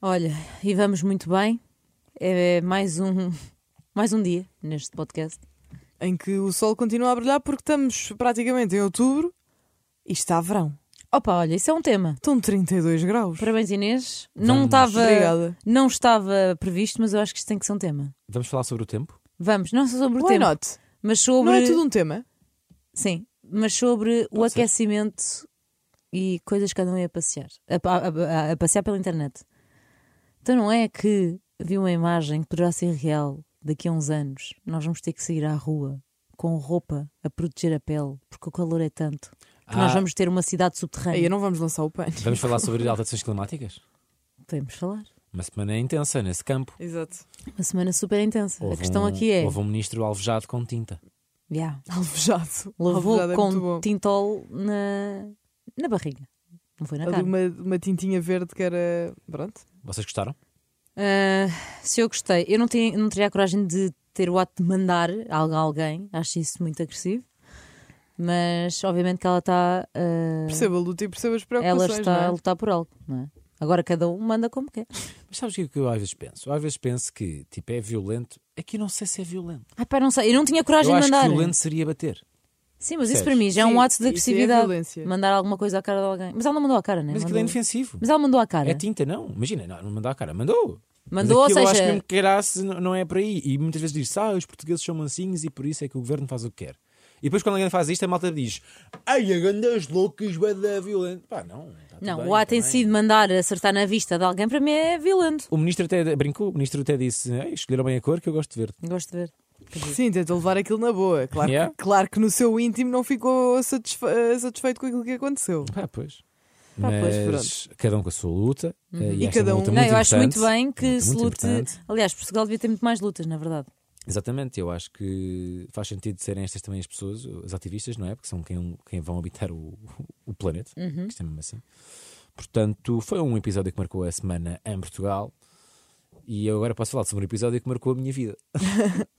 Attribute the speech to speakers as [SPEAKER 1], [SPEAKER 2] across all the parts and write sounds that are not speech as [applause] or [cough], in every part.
[SPEAKER 1] Olha, e vamos muito bem. É mais um, [laughs] mais um dia neste podcast.
[SPEAKER 2] Em que o sol continua a brilhar porque estamos praticamente em outubro e está verão.
[SPEAKER 1] Opa, olha, isso é um tema.
[SPEAKER 2] Estão 32 graus.
[SPEAKER 1] Parabéns, Inês. Não
[SPEAKER 3] Vamos.
[SPEAKER 1] estava,
[SPEAKER 2] Obrigada.
[SPEAKER 1] não estava previsto, mas eu acho que isto tem que ser um tema.
[SPEAKER 3] Vamos falar sobre o tempo?
[SPEAKER 1] Vamos, não só sobre o
[SPEAKER 2] Why
[SPEAKER 1] tema,
[SPEAKER 2] not?
[SPEAKER 1] mas sobre.
[SPEAKER 2] Não é tudo um tema?
[SPEAKER 1] Sim, mas sobre o
[SPEAKER 3] Pode ser.
[SPEAKER 1] aquecimento e coisas que andam aí a passear. A, pa- a- a- a passear pela internet. Então não é que vi uma imagem que poderá ser real daqui a uns anos. Nós vamos ter que sair à rua com roupa a proteger a pele, porque o calor é tanto que nós
[SPEAKER 3] Ah,
[SPEAKER 1] vamos ter uma cidade
[SPEAKER 2] Aí
[SPEAKER 1] subterrânea.
[SPEAKER 2] não vamos lançar o pano.
[SPEAKER 3] Vamos falar sobre alterações climáticas?
[SPEAKER 1] Podemos falar.
[SPEAKER 3] Uma semana é intensa nesse campo.
[SPEAKER 2] [laughs] Exato.
[SPEAKER 1] Uma semana super intensa. a
[SPEAKER 3] Houve
[SPEAKER 1] questão
[SPEAKER 3] um-
[SPEAKER 1] aqui é.
[SPEAKER 3] Houve um ministro alvejado com tinta.
[SPEAKER 1] Yeah,
[SPEAKER 2] Alvejado.
[SPEAKER 3] um
[SPEAKER 1] lavou
[SPEAKER 2] Alvejado é muito
[SPEAKER 1] com
[SPEAKER 2] bom.
[SPEAKER 1] tintol na, na barriga. Não foi na
[SPEAKER 2] Ali
[SPEAKER 1] cara.
[SPEAKER 2] uma, uma tintinha verde que era. Pronto.
[SPEAKER 3] Vocês gostaram?
[SPEAKER 1] Ah, se eu gostei, eu não, tinha, não teria a coragem de ter o ato de mandar algo a alguém, acho isso muito agressivo. Mas obviamente que ela está. ah,
[SPEAKER 2] Perceba a luta e perceba as
[SPEAKER 1] ela
[SPEAKER 2] preocupações.
[SPEAKER 1] está a
[SPEAKER 2] não é?
[SPEAKER 1] lutar por algo, não é? Agora cada um manda como quer.
[SPEAKER 3] Mas sabes o que é que eu às vezes penso? Eu às vezes penso que tipo, é violento. Aqui não sei se é violento.
[SPEAKER 1] Ai, pá, não sei, eu não tinha coragem
[SPEAKER 3] eu
[SPEAKER 1] de
[SPEAKER 3] acho
[SPEAKER 1] mandar.
[SPEAKER 3] que violento seria bater.
[SPEAKER 1] Sim, mas isso
[SPEAKER 3] Percebes?
[SPEAKER 1] para mim já é um
[SPEAKER 2] Sim,
[SPEAKER 1] ato de
[SPEAKER 2] isso é
[SPEAKER 1] agressividade.
[SPEAKER 2] violência.
[SPEAKER 1] mandar alguma coisa à cara de alguém. Mas ela não mandou à cara, né?
[SPEAKER 3] Mas aquilo é
[SPEAKER 1] mandou...
[SPEAKER 3] inofensivo.
[SPEAKER 1] Mas ela mandou à cara.
[SPEAKER 3] É tinta, não. Imagina, não, não mandou a cara. Mandou.
[SPEAKER 1] mandou, ou
[SPEAKER 3] Mas aquilo Eu acho
[SPEAKER 1] seja,
[SPEAKER 3] mesmo que carasse, não não é por aí. E muitas vezes diz ah, os portugueses são mansinhos e por isso é que o governo faz o que quer. E depois quando alguém faz isto, a malta diz, ai, a grandes loucos, vai da violento. Pá, não. tá tudo
[SPEAKER 1] Não,
[SPEAKER 3] bem,
[SPEAKER 1] o ato
[SPEAKER 3] tá
[SPEAKER 1] em
[SPEAKER 3] bem.
[SPEAKER 1] si de mandar acertar na vista de alguém para mim é violento.
[SPEAKER 3] O ministro até brincou, o ministro até disse: "Ei, escolheram bem a cor que eu gosto de verde.
[SPEAKER 1] Gosto de ver.
[SPEAKER 2] Sim, tenta levar aquilo na boa. Claro, que-
[SPEAKER 3] Yeah.
[SPEAKER 2] claro que no seu íntimo não ficou satisfe- eh, satisfeito com aquilo que aconteceu.
[SPEAKER 3] Pá, pois.
[SPEAKER 2] Pá, pois,
[SPEAKER 3] Mas cada um com a sua luta.
[SPEAKER 1] Uhum.
[SPEAKER 3] eh,
[SPEAKER 2] E
[SPEAKER 3] esta é
[SPEAKER 2] cada um-
[SPEAKER 3] uma luta
[SPEAKER 2] Não,
[SPEAKER 1] Não,
[SPEAKER 3] muito
[SPEAKER 1] eu acho muito
[SPEAKER 3] importante.
[SPEAKER 1] bem que
[SPEAKER 3] Muito,
[SPEAKER 1] se
[SPEAKER 3] muito
[SPEAKER 1] lute.
[SPEAKER 3] importante.
[SPEAKER 1] Aliás, Portugal devia ter muito mais lutas, na verdade.
[SPEAKER 3] Exatamente, eu acho que faz sentido serem estas também as pessoas, os ativistas, não é? Porque são quem, quem vão habitar o, [laughs] o planeta,
[SPEAKER 1] Uhum.
[SPEAKER 3] que isto é mesmo assim. Portanto, foi um episódio que marcou a semana em Portugal. E eu agora posso falar sobre um episódio que marcou a minha vida.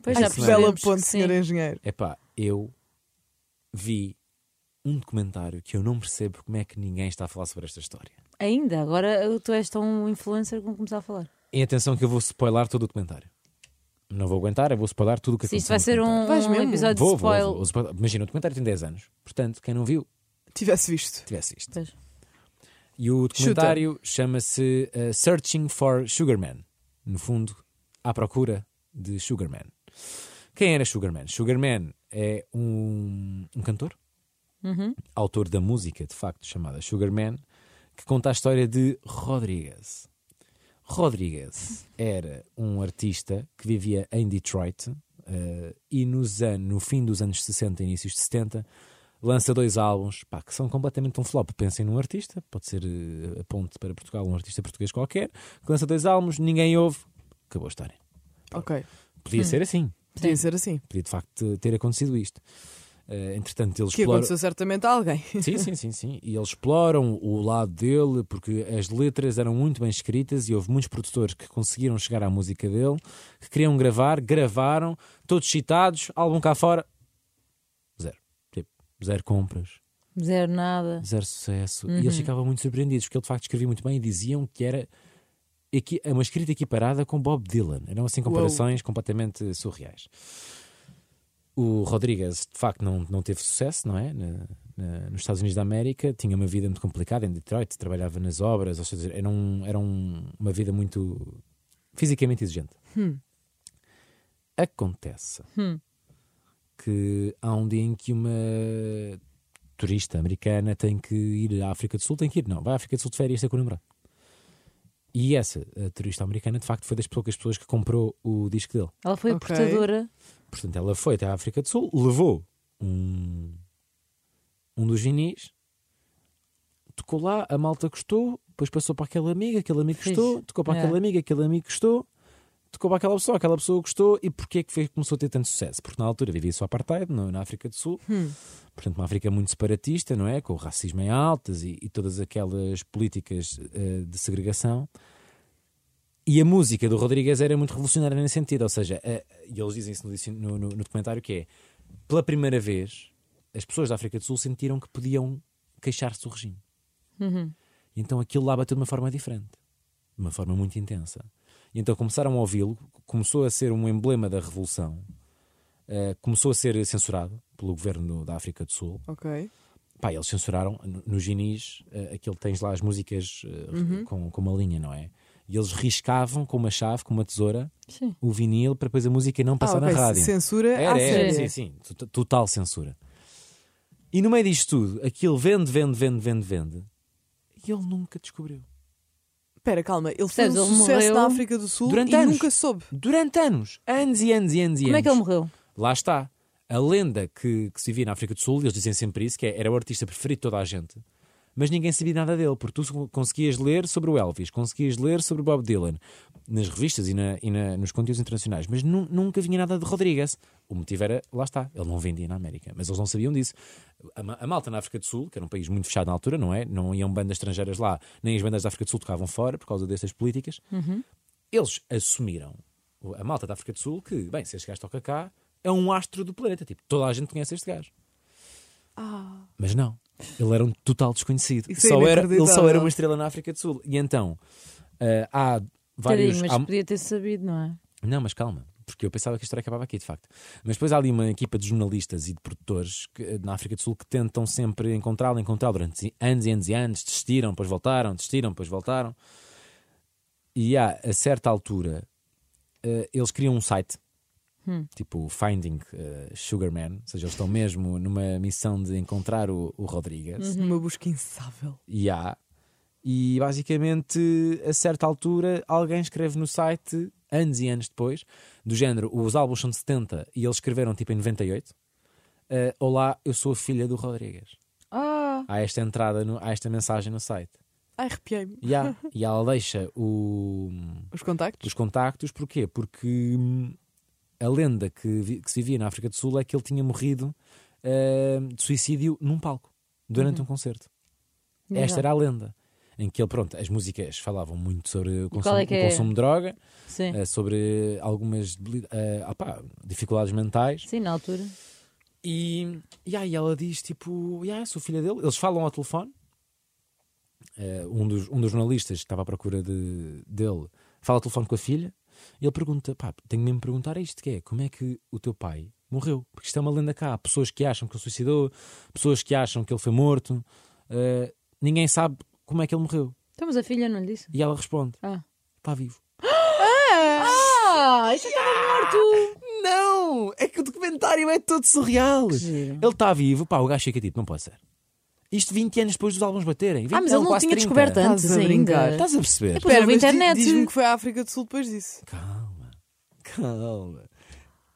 [SPEAKER 1] Pois
[SPEAKER 3] Ai,
[SPEAKER 1] já
[SPEAKER 3] que
[SPEAKER 2] Bela
[SPEAKER 1] percebemos
[SPEAKER 2] ponte,
[SPEAKER 1] que sim.
[SPEAKER 2] senhor engenheiro.
[SPEAKER 3] Epá, eu vi um documentário que eu não percebo como é que ninguém está a falar sobre esta história.
[SPEAKER 1] Ainda, agora eu- tu és tão influencer como começar a falar.
[SPEAKER 3] E atenção que eu vou spoilar todo o documentário. Não vou aguentar, eu vou spoilar tudo o que
[SPEAKER 1] Se isto
[SPEAKER 3] aconteceu
[SPEAKER 1] vai ser
[SPEAKER 3] no
[SPEAKER 1] um,
[SPEAKER 2] Vais
[SPEAKER 1] um
[SPEAKER 2] mesmo?
[SPEAKER 1] episódio
[SPEAKER 3] documentário. Vou,
[SPEAKER 1] de spoil.
[SPEAKER 3] vou, vou, spoiler. Imagina, o documentário tem 10 anos. Portanto, quem não viu,
[SPEAKER 2] Tivesse visto.
[SPEAKER 3] tivesse isto.
[SPEAKER 1] Pois.
[SPEAKER 3] E o documentário chama-se eh, Searching for Sugarman. No fundo, à procura de Sugarman. Quem era Sugarman? Sugarman é um, um cantor,
[SPEAKER 1] Uhum.
[SPEAKER 3] autor da música, de facto, chamada Sugarman, que conta a história de Rodrigues. Rodrigues era um artista que vivia em Detroit eh, e nos an- no fim dos anos 60, inícios de 70, lança dois álbuns pá, que são completamente um flop. Pensem num artista, pode ser eh, a ponte para Portugal, um artista português qualquer, que lança dois álbuns, ninguém ouve, acabou a história.
[SPEAKER 2] Ok.
[SPEAKER 3] Podia ser assim,
[SPEAKER 2] Podia ser assim.
[SPEAKER 3] podia de facto ter acontecido isto. Eh, entretanto, ele
[SPEAKER 2] Que
[SPEAKER 3] explora.
[SPEAKER 2] aconteceu certamente a
[SPEAKER 3] [laughs]
[SPEAKER 2] alguém.
[SPEAKER 3] Sim, sim, sim, sim. E eles exploram o lado dele, porque as letras eram muito bem escritas e houve muitos produtores que conseguiram chegar à música dele, que queriam gravar, gravaram, todos citados, álbum cá fora. Zero. Tipo, zero compras,
[SPEAKER 1] Zero nada.
[SPEAKER 3] zero sucesso. E eles ficavam muito surpreendidos, porque ele de facto escrevia muito bem e diziam que era equi- é uma escrita equiparada com Bob Dylan. Eram assim comparações completamente surreais. O Rodrigues, de facto, não, não teve sucesso, não é? Na- na- nos Estados Unidos da América, tinha uma vida muito complicada em Detroit, trabalhava nas obras, ou seja, era, um- era um- uma vida muito fisicamente exigente. Acontece que há um dia em que uma turista americana tem que ir à África do Sul, tem que ir, não, vai à África do Sul de férias ter com o namorado. E essa a turista americana, de facto, foi das poucas pessoas que comprou o disco dele.
[SPEAKER 1] Ela foi é a
[SPEAKER 2] Ok.
[SPEAKER 1] portadora.
[SPEAKER 3] Portanto, ela foi até a África do Sul, levou um, um dos vinis, tocou lá, a malta gostou, depois passou para aquela amiga, aquele amigo
[SPEAKER 1] Fixe.
[SPEAKER 3] gostou, tocou para
[SPEAKER 1] É.
[SPEAKER 3] aquela amiga, aquele amigo gostou, tocou para aquela pessoa, aquela pessoa gostou, e porquê é que fez- começou a ter tanto sucesso? Porque na altura vivia só apartheid, no- na África do Sul,
[SPEAKER 1] Hum.
[SPEAKER 3] portanto, uma África muito separatista, não é? Com o racismo em altas e, e todas aquelas políticas eh, de segregação. E a música do Rodrigues era muito revolucionária nesse sentido, ou seja, a- e eles dizem isso no, dicio- no, no- no documentário que é pela primeira vez as pessoas da África do Sul sentiram que podiam queixar-se do regime.
[SPEAKER 1] Uhum.
[SPEAKER 3] E Então aquilo lá bateu de uma forma diferente. de uma forma muito intensa. E então começaram a ouvi-lo, começou a ser um emblema da revolução, eh, começou a ser censurado pelo governo da África do Sul.
[SPEAKER 2] Ok.
[SPEAKER 3] Pá, eles censuraram no- no Ginis, eh, aquele tens lá as músicas eh,
[SPEAKER 1] Uhum.
[SPEAKER 3] com, com uma linha, não é? E eles riscavam com uma chave, com uma tesoura,
[SPEAKER 1] Sim.
[SPEAKER 3] o vinil para depois a música não passar
[SPEAKER 2] ah, ok.
[SPEAKER 3] na rádio.
[SPEAKER 2] Censura à
[SPEAKER 1] Ah,
[SPEAKER 3] Era,
[SPEAKER 2] séria.
[SPEAKER 3] era, sim, sim, Tot- total censura. E no meio disto tudo, aquilo vende, vende, vende, vende, vende. E ele nunca descobriu.
[SPEAKER 2] Espera, calma. Ele foi
[SPEAKER 1] Percebes,
[SPEAKER 2] um
[SPEAKER 1] ele
[SPEAKER 2] sucesso
[SPEAKER 1] morreu
[SPEAKER 2] na África do Sul
[SPEAKER 3] durante
[SPEAKER 2] e
[SPEAKER 3] anos.
[SPEAKER 2] nunca soube.
[SPEAKER 3] Durante anos, anos e anos e anos e
[SPEAKER 1] Como
[SPEAKER 3] anos.
[SPEAKER 1] é que ele morreu?
[SPEAKER 3] Lá está. A lenda que, que se via na África do Sul, eles dizem sempre isso, que é, era o artista preferido de toda a gente, mas ninguém sabia nada dele, porque tu conseguias ler sobre o Elvis, conseguias ler sobre o Bob Dylan, nas revistas e, na- e na- nos conteúdos internacionais, mas nu- nunca vinha nada de Rodrigues. O motivo era, lá está, ele não vendia na América, mas eles não sabiam disso. A, ma- a malta na África do Sul, que era um país muito fechado na altura, não é? Não iam bandas estrangeiras lá, nem as bandas da África do Sul tocavam fora por causa destas políticas eles assumiram o- a malta da África do Sul que, bem, se este gajo toca cá, é um astro do planeta. Tipo, toda a gente conhece este gajo. Mas não, ele era um total desconhecido.
[SPEAKER 2] Ah. Isso é
[SPEAKER 3] Só era, ele só era
[SPEAKER 2] inacreditável.
[SPEAKER 3] uma estrela na África do Sul. E então, ah, há vários.
[SPEAKER 1] Tadinho, mas
[SPEAKER 3] há- um-
[SPEAKER 1] podia ter sabido, não é?
[SPEAKER 3] Não, mas calma. Porque eu pensava que a história acabava aqui, de facto. Mas depois há ali uma equipa de jornalistas e de produtores que, eh, na África do Sul que tentam sempre encontrá-lo, encontrá-lo durante anos e anos e anos, desistiram, depois voltaram, desistiram, depois voltaram. E há, a certa altura, eh, eles criam um site, tipo Finding eh, Sugarman, ou seja, eles estão mesmo numa missão de encontrar o, o Rodrigues
[SPEAKER 1] Uhum.
[SPEAKER 2] Uma busca insável.
[SPEAKER 3] e há. E basicamente, a certa altura, alguém escreve no site, anos e anos depois, do género: os álbuns são de 70 e eles escreveram tipo em 98. eh, Olá, eu sou a filha do Rodrigues.
[SPEAKER 1] Ah,
[SPEAKER 3] Há esta entrada, no- há esta mensagem no site.
[SPEAKER 2] Ai, arrepiei-me.
[SPEAKER 3] E, há, e ela deixa o,
[SPEAKER 2] Os contactos?
[SPEAKER 3] os contactos, porquê? Porque hum, a lenda que, vi- que se vivia na África do Sul é que ele tinha morrido eh, de suicídio num palco, durante
[SPEAKER 1] Uhum.
[SPEAKER 3] um concerto. Esta era a lenda. Em que ele, pronto, as músicas falavam muito sobre o consumo,
[SPEAKER 1] é que
[SPEAKER 3] o
[SPEAKER 1] é?
[SPEAKER 3] consumo de droga,
[SPEAKER 1] sim.
[SPEAKER 3] eh, sobre algumas debili- eh, ah pá, dificuldades mentais.
[SPEAKER 1] Sim, na altura.
[SPEAKER 3] E, e aí ela diz: tipo, yeah, sou filha dele. Eles falam ao telefone. Eh, um, dos, um dos jornalistas que estava à procura de, dele fala ao telefone com a filha. E ele pergunta: pá, tenho mesmo de perguntar isto: que é, como é que o teu pai morreu? Porque isto é uma lenda cá. Há pessoas que acham que ele suicidou, pessoas que acham que ele foi morto. Eh, ninguém sabe como é que ele morreu.
[SPEAKER 1] Então, mas a filha não lhe disse.
[SPEAKER 3] E ela responde:
[SPEAKER 1] Ah,
[SPEAKER 3] está vivo.
[SPEAKER 1] ah isso morto!
[SPEAKER 3] Não! É que o documentário é todo surreal.
[SPEAKER 1] giro.
[SPEAKER 3] Ele está vivo, pá, o gajo fica tipo, não pode ser. Isto 20 anos depois dos álbuns baterem. 20,
[SPEAKER 1] Ah, mas ele não
[SPEAKER 3] um, quase
[SPEAKER 1] tinha
[SPEAKER 3] 30.
[SPEAKER 1] descoberto antes É
[SPEAKER 2] Estás a brincar.
[SPEAKER 1] ainda.
[SPEAKER 3] Estás a perceber?
[SPEAKER 1] Depois houve
[SPEAKER 2] mas di-
[SPEAKER 1] internet.
[SPEAKER 2] Diz-me que foi à África do Sul depois disso.
[SPEAKER 3] Calma, calma.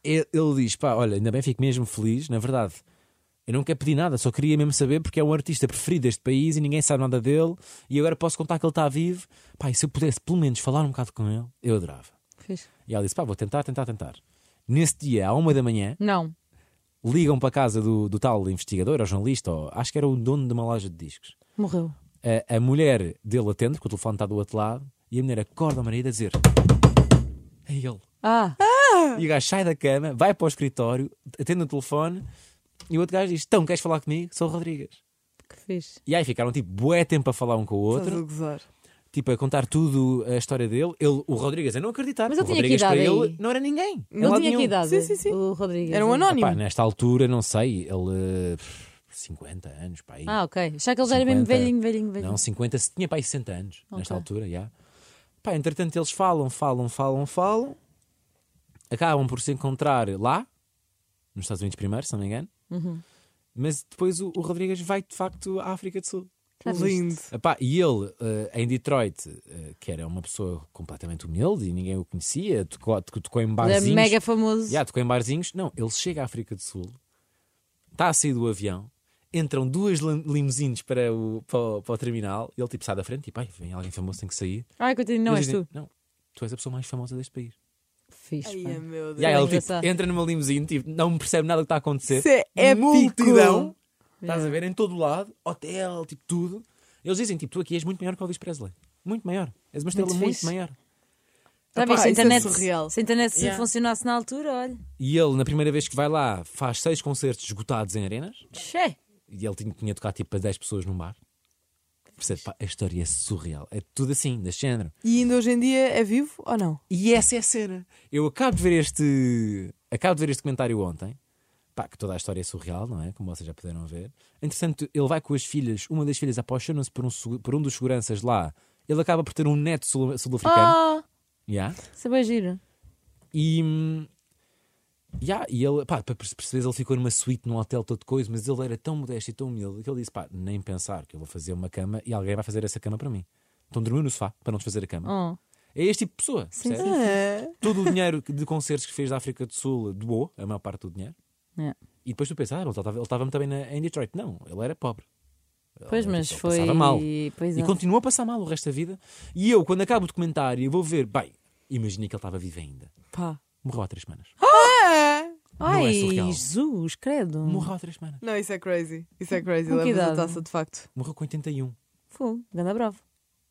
[SPEAKER 3] Ele, ele diz, pá, olha, ainda bem fico mesmo feliz, na verdade. Eu não quero pedir nada, só queria mesmo saber porque é um artista preferido deste país e ninguém sabe nada dele. E agora posso contar que ele está vivo. Pá, e se eu pudesse pelo menos falar um bocado com ele, eu adorava.
[SPEAKER 1] Fiz.
[SPEAKER 3] E ela disse, pá, vou tentar, tentar, tentar. Nesse dia, à uma da manhã,
[SPEAKER 1] Não.
[SPEAKER 3] ligam para a casa do, do tal investigador ou jornalista, ou, acho que era o dono de uma loja de discos.
[SPEAKER 1] Morreu.
[SPEAKER 3] A, a mulher dele atende, porque o telefone está do outro lado, e a mulher acorda o marido a dizer: É ele.
[SPEAKER 1] Ah,
[SPEAKER 3] E o gajo sai da cama, vai para o escritório, atende o telefone, e o outro gajo diz: Então, queres falar comigo? Sou o Rodrigues.
[SPEAKER 1] que fiz.
[SPEAKER 3] E aí ficaram tipo bué tempo a falar um com o
[SPEAKER 2] Estás a
[SPEAKER 3] outro,
[SPEAKER 2] gozar.
[SPEAKER 3] tipo a contar tudo a história dele. Ele, o Rodrigues, a não acreditar,
[SPEAKER 1] Mas
[SPEAKER 3] porque
[SPEAKER 1] ele
[SPEAKER 3] o
[SPEAKER 1] tinha que
[SPEAKER 3] Rodrigues para
[SPEAKER 1] idade aí?
[SPEAKER 3] ele não era ninguém. Em
[SPEAKER 1] Ele tinha
[SPEAKER 3] lado
[SPEAKER 1] um-
[SPEAKER 3] nenhum.
[SPEAKER 1] que idade?
[SPEAKER 2] Sim, sim, sim.
[SPEAKER 1] O Rodrigues.
[SPEAKER 2] Era um anónimo.
[SPEAKER 3] Pá, nesta altura, não sei, ele. eh, 50 anos, pá. aí.
[SPEAKER 1] Ah, ok. Já que ele já era mesmo
[SPEAKER 3] 50.
[SPEAKER 1] velhinho, velhinho, velhinho.
[SPEAKER 3] Não, 50, se tinha para aí 60 anos, nesta
[SPEAKER 1] Ok.
[SPEAKER 3] altura, já. Pá, entretanto, eles falam, falam, falam, falam. Acabam por se encontrar lá, nos Estados Unidos primeiro, se não me engano.
[SPEAKER 1] Uhum.
[SPEAKER 3] Mas depois o, o Rodrigues vai, de facto, à África do Sul.
[SPEAKER 1] Já viste?
[SPEAKER 2] Lindo.
[SPEAKER 3] Epá, e ele, eh, em Detroit, eh, que era uma pessoa completamente humilde e ninguém o conhecia, tocou, tocou, tocou em
[SPEAKER 1] Ele é
[SPEAKER 3] barzinhos.
[SPEAKER 1] mega famoso.
[SPEAKER 3] Já, tocou em barzinhos. Não, ele chega à África do Sul, está a sair do avião, entram duas lim- limusines para o, para, o, para o terminal, ele tipo sai da frente, tipo, ai, vem alguém famoso, tem que sair.
[SPEAKER 1] Ai, coitadinho, não és
[SPEAKER 3] Eles dizem,
[SPEAKER 1] tu.
[SPEAKER 3] Não, tu és a pessoa mais famosa deste país.
[SPEAKER 1] Fiz.
[SPEAKER 2] Ai, é.
[SPEAKER 1] pá.
[SPEAKER 2] meu Deus.
[SPEAKER 3] e aí ele tipo,
[SPEAKER 1] engraçado.
[SPEAKER 3] entra numa limusine, tipo, não percebe nada do que está a acontecer.
[SPEAKER 2] Isso é épico.
[SPEAKER 3] Multidão, estás a ver, em todo o lado, hotel, tipo, tudo. Eles dizem, tipo, tu aqui és muito maior que o Elvis Presley. Muito maior. És uma estrela
[SPEAKER 1] Muito
[SPEAKER 3] muito,
[SPEAKER 1] fixe.
[SPEAKER 3] maior.
[SPEAKER 1] Já
[SPEAKER 2] Epá,
[SPEAKER 1] viste, se Tá a
[SPEAKER 2] isso é
[SPEAKER 1] internet,
[SPEAKER 2] surreal.
[SPEAKER 1] se a internet se
[SPEAKER 3] Yeah.
[SPEAKER 1] funcionasse na altura, olha.
[SPEAKER 3] E ele, na primeira vez que vai lá, faz seis concertos esgotados em arenas.
[SPEAKER 1] Xé.
[SPEAKER 3] E ele tinha, tinha tocado tipo para 10 pessoas num bar. Percebe? Pá, a história é surreal. É tudo assim, deste género.
[SPEAKER 2] E ainda hoje em dia é vivo ou não?
[SPEAKER 3] E essa é a cena. Eu acabo de ver este. Acabo de ver este comentário ontem. Pá, que toda a história é surreal, não é? Como vocês já puderam ver. Entretanto, ele vai com as filhas, uma das filhas apaixona-se por um, segu- por um dos seguranças lá. Ele acaba por ter um neto sul- sul-africano.
[SPEAKER 2] Ah!
[SPEAKER 3] Yeah.
[SPEAKER 1] Isso é bem giro.
[SPEAKER 3] E. hum, yeah, e ele, pá, para perce- perceberes, ele ficou numa suíte num hotel todo coisa, mas ele era tão modesto e tão humilde que ele disse: pá, nem pensar que eu vou fazer uma cama e alguém vai fazer essa cama para mim. Então dormiu no sofá para não desfazer a cama.
[SPEAKER 1] Oh,
[SPEAKER 3] É este tipo de pessoa.
[SPEAKER 1] Sim,
[SPEAKER 3] percebes?
[SPEAKER 2] É.
[SPEAKER 3] Todo o
[SPEAKER 1] [laughs]
[SPEAKER 3] dinheiro de concertos que fez da África do Sul doou, a maior parte do dinheiro.
[SPEAKER 1] é.
[SPEAKER 3] E depois tu pensas, ah, ele estava- ele estava muito bem na- em Detroit. Não, ele era pobre. Ele-
[SPEAKER 1] Pois, mas
[SPEAKER 3] ele
[SPEAKER 1] foi.
[SPEAKER 3] Passava mal.
[SPEAKER 1] Pois
[SPEAKER 3] E
[SPEAKER 1] é.
[SPEAKER 3] continuou a passar mal o resto da vida. E eu, quando acabo o documentário, vou ver, bem, imagina que ele estava vivo ainda.
[SPEAKER 2] Pá.
[SPEAKER 3] Morreu há três
[SPEAKER 1] [gasps]
[SPEAKER 3] semanas.
[SPEAKER 2] É.
[SPEAKER 3] Não é
[SPEAKER 1] Ai,
[SPEAKER 3] surreal.
[SPEAKER 1] Jesus, credo.
[SPEAKER 3] Morreu há três semanas.
[SPEAKER 2] Não, isso é crazy. Isso é crazy.
[SPEAKER 1] Com que
[SPEAKER 2] Levas a
[SPEAKER 1] idade?
[SPEAKER 2] taça de facto.
[SPEAKER 3] Morreu com 81.
[SPEAKER 1] Fogo, ganda bravo.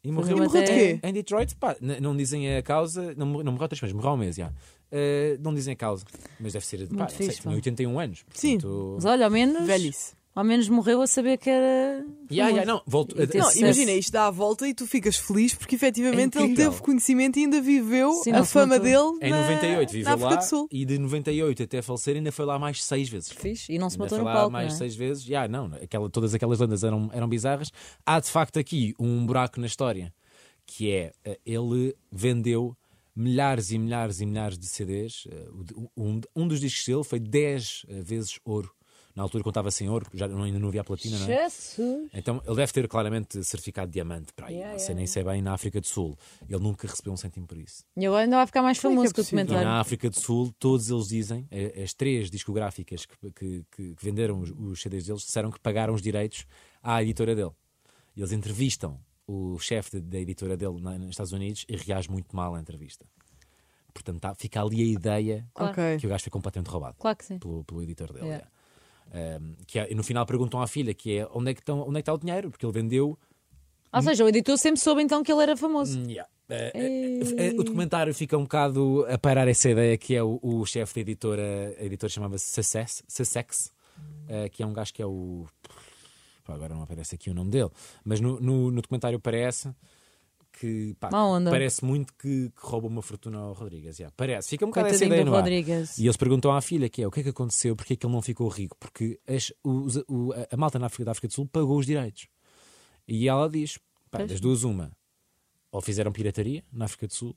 [SPEAKER 3] E
[SPEAKER 1] Mas
[SPEAKER 3] morreu,
[SPEAKER 2] morreu de
[SPEAKER 1] até-
[SPEAKER 2] quê?
[SPEAKER 3] em Detroit, pá, n- não dizem a causa, não, mor- não morreu há três meses, morreu há um mês, já. Eh, não dizem a causa, mas deve ser, pá,
[SPEAKER 1] Muito
[SPEAKER 3] não sei,
[SPEAKER 1] fixe,
[SPEAKER 3] tinha
[SPEAKER 1] pá.
[SPEAKER 3] 81 anos.
[SPEAKER 2] Sim.
[SPEAKER 3] portanto-
[SPEAKER 1] Mas olha, ao menos.
[SPEAKER 2] Velhice.
[SPEAKER 1] Ao menos morreu a saber que era. famoso.
[SPEAKER 3] Yeah, yeah, não, volto, eh,
[SPEAKER 1] E teve
[SPEAKER 2] Não,
[SPEAKER 1] Esse-
[SPEAKER 2] imagina,
[SPEAKER 1] esse-
[SPEAKER 2] isto dá a volta e tu ficas feliz porque efetivamente
[SPEAKER 3] É
[SPEAKER 2] ele
[SPEAKER 3] incrível.
[SPEAKER 2] teve conhecimento e ainda viveu
[SPEAKER 1] Sim,
[SPEAKER 2] a
[SPEAKER 1] não se
[SPEAKER 2] fama
[SPEAKER 1] matou.
[SPEAKER 2] dele
[SPEAKER 3] Em
[SPEAKER 2] na,
[SPEAKER 3] 98
[SPEAKER 2] na
[SPEAKER 3] viveu
[SPEAKER 2] África
[SPEAKER 3] lá
[SPEAKER 2] do Sul.
[SPEAKER 3] e de 98 até falecer ainda foi lá mais seis vezes.
[SPEAKER 1] Fixe. E não se
[SPEAKER 3] Ainda
[SPEAKER 1] matou
[SPEAKER 3] foi
[SPEAKER 1] no
[SPEAKER 3] lá
[SPEAKER 1] palco.
[SPEAKER 3] mais
[SPEAKER 1] não é?
[SPEAKER 3] seis vezes. Já, não, aquela, todas aquelas lendas eram, eram bizarras. Há de facto aqui um buraco na história que é eh, ele vendeu milhares e milhares e milhares de CDs. Eh, o de- Um, um dos discos dele foi 10 eh, vezes ouro. Na altura contava sem ouro, já não, ainda não havia platina, não é?
[SPEAKER 1] Jesus.
[SPEAKER 3] Então ele deve ter claramente certificado de diamante para aí.
[SPEAKER 1] Yeah,
[SPEAKER 3] não sei,
[SPEAKER 1] yeah.
[SPEAKER 3] nem sei bem, na África do Sul. Ele nunca recebeu um cêntimo por isso.
[SPEAKER 1] E agora ainda vai ficar mais
[SPEAKER 2] é
[SPEAKER 1] famoso que o
[SPEAKER 2] possível?
[SPEAKER 3] E
[SPEAKER 1] documentário.
[SPEAKER 3] na África do Sul, todos eles dizem, eh, as três discográficas que, que- que- que venderam os, os CDs deles disseram que pagaram os direitos à editora dele. E Eles entrevistam o chefe da editora dele na- nos Estados Unidos e reage muito mal à entrevista. Portanto, tá- fica ali a ideia
[SPEAKER 1] Claro.
[SPEAKER 2] Ok.
[SPEAKER 3] que o gajo foi completamente roubado
[SPEAKER 1] Claro que sim.
[SPEAKER 3] pelo, pelo editor dele.
[SPEAKER 1] Yeah.
[SPEAKER 3] é. Um, que é- e no final perguntam à filha que é onde é que, estão, onde é que está o dinheiro, porque ele vendeu
[SPEAKER 1] Ou seja, o editor sempre soube então que ele era famoso.
[SPEAKER 3] Yeah. Eh, eh, eh, o documentário fica um bocado a parar essa ideia que é o, o chefe da editora, a editora chamava-se Sussex, Sussex eh, que é um gajo que é o. Pá, agora não aparece aqui o nome dele, mas no, no, no documentário parece que pá,
[SPEAKER 1] Má onda.
[SPEAKER 3] parece muito que, que rouba uma fortuna ao Rodrigues. yeah. Parece, fica um bocado essa
[SPEAKER 1] Coitadinho
[SPEAKER 3] ideia
[SPEAKER 1] do
[SPEAKER 3] no ar.
[SPEAKER 1] Rodrigues.
[SPEAKER 3] E eles perguntam à filha que é o que é que aconteceu, porque é que ele não ficou rico, porque as- os- o- a- a malta na África, da África do Sul pagou os direitos. E ela diz: pá,
[SPEAKER 1] Pois.
[SPEAKER 3] das duas, uma, ou fizeram pirataria na África do Sul,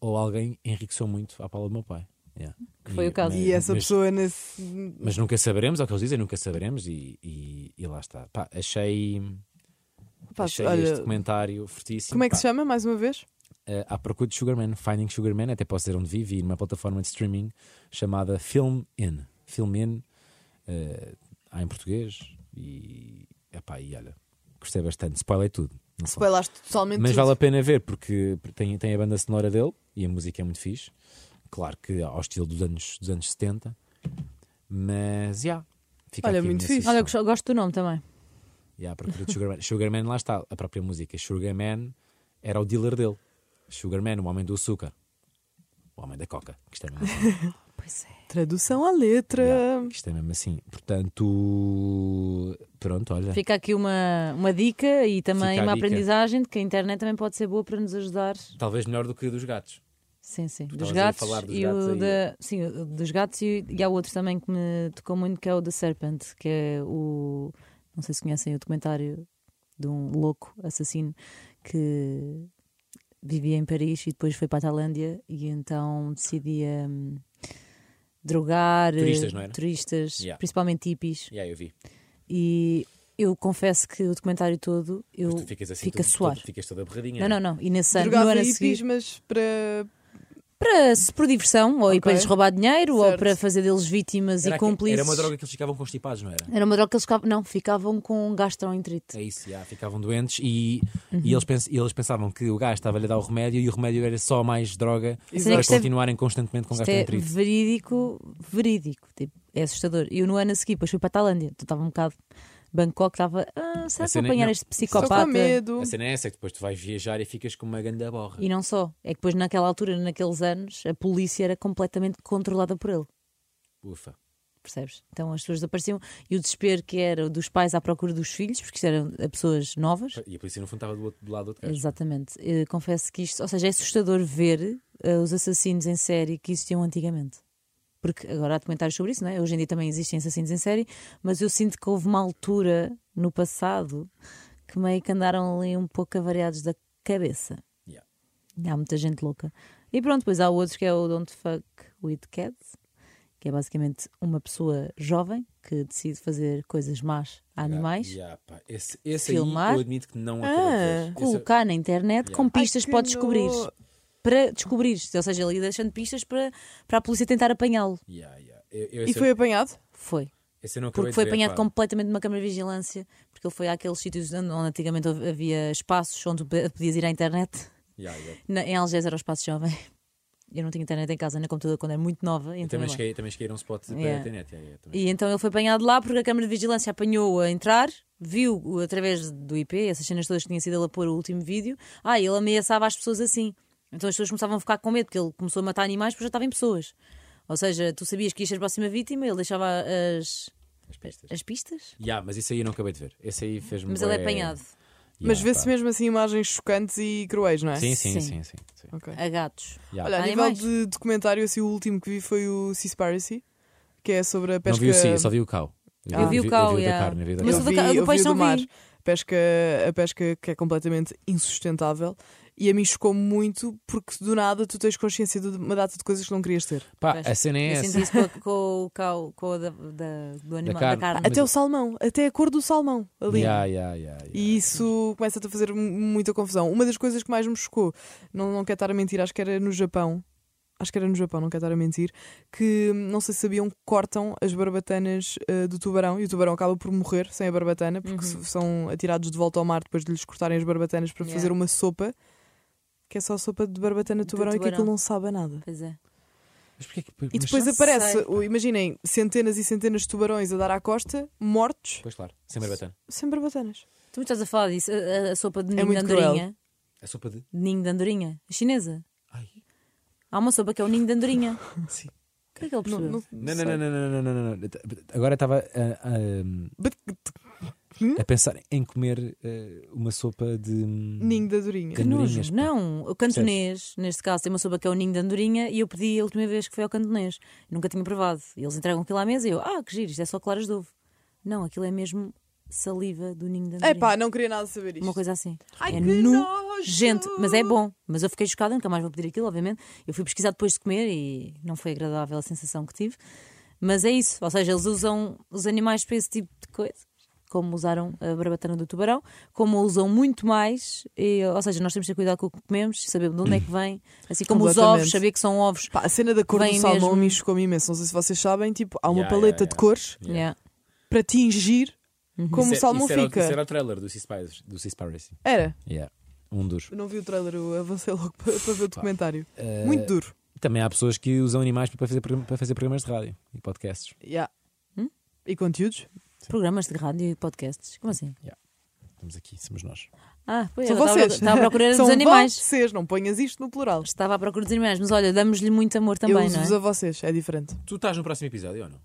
[SPEAKER 3] ou alguém enriqueceu muito à pala do meu pai. Yeah.
[SPEAKER 1] Que foi o caso.
[SPEAKER 2] E essa
[SPEAKER 3] mas,
[SPEAKER 2] pessoa nesse.
[SPEAKER 3] mas nunca saberemos, é o que eles dizem, nunca saberemos, e, e- e lá está. Pá, achei
[SPEAKER 2] Pá,
[SPEAKER 3] achei
[SPEAKER 2] olha,
[SPEAKER 3] este documentário fortíssimo.
[SPEAKER 2] como é que
[SPEAKER 3] Pá,
[SPEAKER 2] se chama, mais uma vez?
[SPEAKER 3] eh, à procura de Sugarman, Finding Sugarman, até posso dizer onde vive, e numa plataforma de streaming chamada Film In. Film In eh, há em português e, epá, e olha, gostei bastante. Spoiler tudo. não sei.
[SPEAKER 2] Spoilaste totalmente.
[SPEAKER 3] Mas
[SPEAKER 2] tudo.
[SPEAKER 3] vale a pena ver porque tem, tem a banda sonora dele e a música é muito fixe. Claro que ao estilo dos anos, dos anos 70, mas já. fica
[SPEAKER 2] Olha,
[SPEAKER 3] aqui a
[SPEAKER 2] muito
[SPEAKER 3] minha
[SPEAKER 2] fixe.
[SPEAKER 3] sugestão.
[SPEAKER 1] Olha, eu gosto- gosto do nome também.
[SPEAKER 3] Yeah, à procura de Sugarman. Sugarman, lá está, a própria música. Sugarman era o dealer dele. Sugarman, o homem do açúcar. O homem da coca. Que isto é mesmo assim.
[SPEAKER 1] Pois é.
[SPEAKER 2] Tradução à letra.
[SPEAKER 3] Yeah, que isto é mesmo assim. Portanto, pronto, olha.
[SPEAKER 1] Fica aqui uma, uma dica e também
[SPEAKER 3] Fica a
[SPEAKER 1] uma
[SPEAKER 3] dica.
[SPEAKER 1] aprendizagem de que a internet também pode ser boa para nos ajudar.
[SPEAKER 3] Talvez melhor do que dos gatos.
[SPEAKER 1] Sim, sim.
[SPEAKER 3] Tu
[SPEAKER 1] Dos
[SPEAKER 3] estavas aí a
[SPEAKER 1] gatos,
[SPEAKER 3] falar dos
[SPEAKER 1] e
[SPEAKER 3] gatos
[SPEAKER 1] o
[SPEAKER 3] aí.
[SPEAKER 1] da. Sim, o dos gatos e, e há outro também que me tocou muito que é o The Serpent, que é o. Não sei se conhecem o documentário de um louco assassino que vivia em Paris e depois foi para a Tailândia e então decidia hum, drogar
[SPEAKER 3] Turistas,
[SPEAKER 1] eh,
[SPEAKER 3] não era?
[SPEAKER 1] turistas,
[SPEAKER 3] Yeah.
[SPEAKER 1] principalmente hippies.
[SPEAKER 3] E aí eu vi.
[SPEAKER 1] E eu confesso que o documentário todo eu
[SPEAKER 3] Mas tu ficas assim,
[SPEAKER 1] fico a
[SPEAKER 3] todo-
[SPEAKER 1] suar.
[SPEAKER 3] todo- ficas toda borradinha.
[SPEAKER 1] Não, não, não. assim. E nesse ano, no
[SPEAKER 2] Jogava
[SPEAKER 1] ano a
[SPEAKER 2] hippies,
[SPEAKER 1] seguir,
[SPEAKER 2] mas para.
[SPEAKER 1] para, se por diversão, ou
[SPEAKER 2] Ok.
[SPEAKER 1] e para lhes roubar dinheiro, ou
[SPEAKER 2] Certo.
[SPEAKER 1] para fazer deles vítimas
[SPEAKER 3] Era,
[SPEAKER 1] e
[SPEAKER 3] que-
[SPEAKER 1] cúmplices.
[SPEAKER 3] era uma droga que eles ficavam constipados, não era?
[SPEAKER 1] Era uma droga que eles ficavam, não, ficavam com um gastroenterite.
[SPEAKER 3] É isso, já, ficavam doentes e, e eles, pens- e eles pensavam que o gajo estava-lhe a dar o remédio e o remédio era só mais droga
[SPEAKER 1] Assim é que
[SPEAKER 3] para
[SPEAKER 1] isto é-
[SPEAKER 3] continuarem constantemente com um
[SPEAKER 1] Isto é
[SPEAKER 3] gastroenterite.
[SPEAKER 1] verídico, verídico. Tipo, é assustador. E eu no ano a seguir, depois fui para a Tailândia, então estava um bocado. Bangkok estava. Ah, será que
[SPEAKER 3] A
[SPEAKER 1] vou
[SPEAKER 3] cena- é
[SPEAKER 1] apanhar
[SPEAKER 3] não.
[SPEAKER 1] este
[SPEAKER 2] Estou com
[SPEAKER 1] psicopata?
[SPEAKER 2] medo.
[SPEAKER 3] A cena é essa, que depois tu vais viajar e ficas com uma grande borra.
[SPEAKER 1] E não só. É que depois, naquela altura, naqueles anos, a polícia era completamente controlada por ele.
[SPEAKER 3] Ufa.
[SPEAKER 1] percebes? Então as pessoas desapareciam e o desespero que era dos pais à procura dos filhos, porque isto eram eh, pessoas novas.
[SPEAKER 3] E a polícia no fundo estava do, outro, do lado do outro gajo.
[SPEAKER 1] Exatamente. Eh, confesso que isto, ou seja, é assustador ver eh, os assassinos em série que existiam antigamente. Porque agora há documentários sobre isso, não é? Hoje em dia também existem assassinos em série, mas eu sinto que houve uma altura no passado que meio que andaram ali um pouco avariados da cabeça.
[SPEAKER 3] Yeah.
[SPEAKER 1] E Há muita gente louca. E pronto, depois há outros que é o Don't Fuck with Cats, que é basicamente uma pessoa jovem que decide fazer coisas más a animais.
[SPEAKER 3] Yeah, pá. Esse, esse
[SPEAKER 1] Filmar.
[SPEAKER 3] aí eu admito que não
[SPEAKER 2] Ah,
[SPEAKER 3] acabei de ver. Esse-
[SPEAKER 1] colocar na internet com pistas
[SPEAKER 2] que
[SPEAKER 1] para o descobrir.
[SPEAKER 2] no-
[SPEAKER 1] Para descobrir, ou seja, ele ia deixando pistas para, para a polícia tentar apanhá-lo.
[SPEAKER 3] Yeah, yeah. Eu- eu
[SPEAKER 2] E
[SPEAKER 3] esse- é
[SPEAKER 2] foi apanhado?
[SPEAKER 1] Foi.
[SPEAKER 3] esse eu não acabei
[SPEAKER 1] Porque
[SPEAKER 3] de
[SPEAKER 1] foi
[SPEAKER 3] ver,
[SPEAKER 1] apanhado
[SPEAKER 3] pá.
[SPEAKER 1] completamente numa câmara de vigilância, porque ele foi àqueles sítios onde onde antigamente houve- havia espaços onde tu pe- podias ir à internet.
[SPEAKER 3] Yeah, yeah.
[SPEAKER 1] Na- em Algés era o espaço jovem. Eu não tinha internet em casa, na computador, quando era muito nova.
[SPEAKER 3] Eu
[SPEAKER 1] Então
[SPEAKER 3] também cheguei, também cheguei a um spot para
[SPEAKER 1] Yeah.
[SPEAKER 3] a internet. Yeah, yeah, também.
[SPEAKER 1] E então ele foi apanhado lá porque a Câmara de Vigilância apanhou a entrar, viu o- através do IP, essas cenas todas que tinha sido ele a pôr o último vídeo. Ah, ele ameaçava as pessoas assim. Então as pessoas começavam a ficar com medo, porque ele começou a matar animais porque já estava em pessoas. Ou seja, tu sabias que ias ser a próxima vítima, ele deixava as,
[SPEAKER 3] As pistas.
[SPEAKER 1] as pistas,
[SPEAKER 3] Yeah, mas isso aí eu não acabei de ver. Esse aí fez-me.
[SPEAKER 1] mas ele é
[SPEAKER 3] bué-
[SPEAKER 1] apanhado
[SPEAKER 3] Yeah,
[SPEAKER 2] Mas vê-se
[SPEAKER 3] pá.
[SPEAKER 2] mesmo assim imagens chocantes e cruéis, não é?
[SPEAKER 3] Sim, sim,
[SPEAKER 1] Sim.
[SPEAKER 3] sim. sim, sim.
[SPEAKER 2] Ok.
[SPEAKER 1] a gatos.
[SPEAKER 3] Yeah.
[SPEAKER 2] Olha, a nível
[SPEAKER 1] Animais.
[SPEAKER 2] de documentário, assim, o último que vi foi o Seaspiracy, que é sobre a pesca.
[SPEAKER 3] Não vi o si, eu só vi o cau.
[SPEAKER 2] Ah. Eu
[SPEAKER 1] vi o
[SPEAKER 3] eu
[SPEAKER 1] cau,
[SPEAKER 3] vi da
[SPEAKER 1] yeah.
[SPEAKER 3] carne, eu vi o da
[SPEAKER 1] Mas
[SPEAKER 2] eu
[SPEAKER 1] o
[SPEAKER 3] carne.
[SPEAKER 1] da
[SPEAKER 2] vi,
[SPEAKER 1] ca- do
[SPEAKER 2] eu vi
[SPEAKER 1] peixe
[SPEAKER 2] o do
[SPEAKER 1] não vi.
[SPEAKER 2] mar. Pesca, a pesca que é completamente insustentável. E a mim chocou-me muito porque do nada tu tens consciência de uma data de coisas que não querias ter.
[SPEAKER 3] Pá, a cena é
[SPEAKER 1] Eu
[SPEAKER 3] essa. [laughs]
[SPEAKER 1] senti isso com, com o cau, com o da, da- do animal, da
[SPEAKER 3] carne.
[SPEAKER 1] carne.
[SPEAKER 3] Mas
[SPEAKER 2] até
[SPEAKER 3] eu-
[SPEAKER 2] o salmão, até a cor do salmão ali.
[SPEAKER 3] Yeah, yeah, yeah, yeah.
[SPEAKER 2] E isso começa-te a fazer mu- muita confusão. Uma das coisas que mais me chocou, não, não quero estar a mentir, acho que era no Japão, acho que era no Japão, não quero estar a mentir, que hum, não sei se sabiam que cortam as barbatanas eh, do tubarão e o tubarão acaba por morrer sem a barbatana, porque
[SPEAKER 1] Uhum.
[SPEAKER 2] se- são atirados de volta ao mar depois de lhes cortarem as barbatanas para
[SPEAKER 1] Yeah.
[SPEAKER 2] fazer uma sopa. Que é só sopa de barbatana de
[SPEAKER 1] De
[SPEAKER 2] tubarão, e que
[SPEAKER 1] tubarão.
[SPEAKER 2] aquilo não sabe a nada.
[SPEAKER 1] Pois é.
[SPEAKER 3] Mas porquê que.
[SPEAKER 2] E
[SPEAKER 3] mas-
[SPEAKER 2] depois
[SPEAKER 1] não
[SPEAKER 2] aparece,
[SPEAKER 1] sei.
[SPEAKER 2] o- imaginem, centenas e centenas de tubarões a dar à costa, mortos,
[SPEAKER 3] Pois claro, sem barbatana.
[SPEAKER 2] sem barbatanas.
[SPEAKER 1] Tu me estás a falar disso, a, a- a sopa de ninho de
[SPEAKER 2] muito cruel.
[SPEAKER 1] andorinha.
[SPEAKER 3] É sopa de.
[SPEAKER 1] Ninho de andorinha, É chinesa.
[SPEAKER 3] Ai.
[SPEAKER 1] Há uma sopa que é o ninho de andorinha.
[SPEAKER 3] [laughs] Sim.
[SPEAKER 1] O que é que ele
[SPEAKER 2] Não,
[SPEAKER 1] percebeu?
[SPEAKER 2] não-
[SPEAKER 3] Não,
[SPEAKER 2] sei.
[SPEAKER 3] não, não, não, não, não, não, não. Agora estava a, a-
[SPEAKER 2] But-
[SPEAKER 3] a pensar em comer eh, uma sopa de.
[SPEAKER 2] Ninho da Dorinha.
[SPEAKER 1] Que nojo.
[SPEAKER 3] Andorinhas, pá.
[SPEAKER 1] Não, o cantonês, neste caso, tem uma sopa que é o ninho de andorinha e eu pedi a última vez que foi ao cantonês. Nunca tinha provado. E eles entregam aquilo à mesa e eu, ah, que giro, isto é só claras de ovo. Não, aquilo é mesmo saliva do ninho de
[SPEAKER 2] É
[SPEAKER 1] andorinha.
[SPEAKER 2] pá, não queria nada saber isto.
[SPEAKER 1] Uma coisa assim.
[SPEAKER 2] Ai,
[SPEAKER 1] é
[SPEAKER 2] que
[SPEAKER 1] nu-
[SPEAKER 2] nojo!
[SPEAKER 1] Gente, mas é bom. Mas eu fiquei chocada, nunca mais vou pedir aquilo, obviamente. Eu fui pesquisar depois de comer e não foi agradável a sensação que tive. Mas é isso, ou seja, eles usam os animais para esse tipo de coisa, como usaram a barbatana do tubarão, como usam muito mais, e, ou seja, nós temos de ter cuidado com o que comemos, saber de onde é que vem, assim como os
[SPEAKER 2] Completamente.
[SPEAKER 1] ovos, saber que são ovos.
[SPEAKER 2] Pá, a cena da cor do
[SPEAKER 1] Vem
[SPEAKER 2] salmão
[SPEAKER 1] mesmo.
[SPEAKER 2] me chocou-me imenso. Não sei se vocês sabem, tipo, há uma
[SPEAKER 3] Yeah,
[SPEAKER 2] paleta
[SPEAKER 3] yeah,
[SPEAKER 2] de
[SPEAKER 3] yeah.
[SPEAKER 2] cores
[SPEAKER 1] Yeah.
[SPEAKER 2] para tingir como
[SPEAKER 3] Isso
[SPEAKER 2] o
[SPEAKER 3] é-
[SPEAKER 2] salmão
[SPEAKER 3] isso era,
[SPEAKER 2] fica.
[SPEAKER 3] Isso era
[SPEAKER 2] Era,
[SPEAKER 3] o trailer do Sea Spice- do Sea Piracy. Um dos.
[SPEAKER 2] Eu não vi o trailer, eu avancei logo para, para ver o documentário.
[SPEAKER 3] Eh,
[SPEAKER 2] Muito duro.
[SPEAKER 3] Também há pessoas que usam animais para fazer, pro- para fazer programas de rádio e podcasts.
[SPEAKER 2] Yeah.
[SPEAKER 1] Hum?
[SPEAKER 2] E conteúdos?
[SPEAKER 1] Programas de rádio e podcasts, como assim?
[SPEAKER 3] Estamos aqui, somos nós.
[SPEAKER 1] Ah, pois
[SPEAKER 2] São
[SPEAKER 1] eu estava-
[SPEAKER 2] vocês.
[SPEAKER 1] Estava à
[SPEAKER 2] [laughs]
[SPEAKER 1] procura dos
[SPEAKER 2] São
[SPEAKER 1] animais.
[SPEAKER 2] vocês, não ponhas isto no plural.
[SPEAKER 1] Estava à procura dos animais, mas olha, damos-lhe muito amor também,
[SPEAKER 2] eu
[SPEAKER 1] não é?
[SPEAKER 2] uso-vos a vocês, é diferente.
[SPEAKER 3] Tu estás no próximo episódio ou não?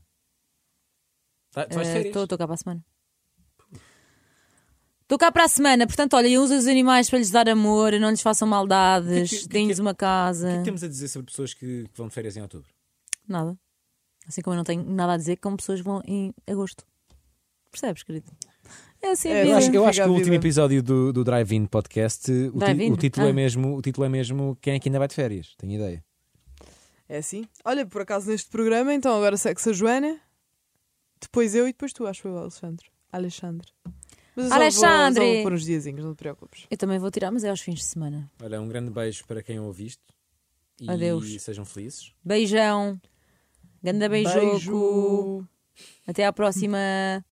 [SPEAKER 3] Tá, tu vais de férias?
[SPEAKER 1] Estou Eh, cá para a semana. Estou cá para a semana, portanto, olha, usem os animais para lhes dar amor, não lhes façam maldades,
[SPEAKER 3] Que que- que
[SPEAKER 1] deem-lhes
[SPEAKER 3] que-
[SPEAKER 1] uma casa.
[SPEAKER 3] O que é que temos a dizer sobre pessoas que, que vão de férias em outubro?
[SPEAKER 1] Nada. Assim como eu não tenho nada a dizer, como pessoas vão em agosto. Percebes, querido? É assim,
[SPEAKER 2] É,
[SPEAKER 1] mesmo.
[SPEAKER 3] Eu acho, eu
[SPEAKER 2] Fica
[SPEAKER 3] acho que
[SPEAKER 2] a
[SPEAKER 3] o último
[SPEAKER 2] vida.
[SPEAKER 3] episódio do, do Drive-In Podcast, o, ti-
[SPEAKER 1] Drive-In?
[SPEAKER 3] o título é
[SPEAKER 1] Ah.
[SPEAKER 3] mesmo, o título é mesmo Quem é que ainda vai de férias? Tenho ideia.
[SPEAKER 2] É assim? Olha, por acaso neste programa, então agora segue-se a Joana, depois eu e depois tu, acho eu, Alexandre. Alexandre. Mas eu só vou- só Vou,
[SPEAKER 1] Alexandre!
[SPEAKER 2] pôr uns diazinhos, não te preocupes.
[SPEAKER 1] Eu também vou tirar, mas é aos fins de semana.
[SPEAKER 3] Olha, um grande beijo para quem ouve isto. E
[SPEAKER 1] Adeus.
[SPEAKER 3] sejam felizes.
[SPEAKER 1] Beijão. Ganda beijoco.
[SPEAKER 2] Beijo.
[SPEAKER 1] Até à próxima.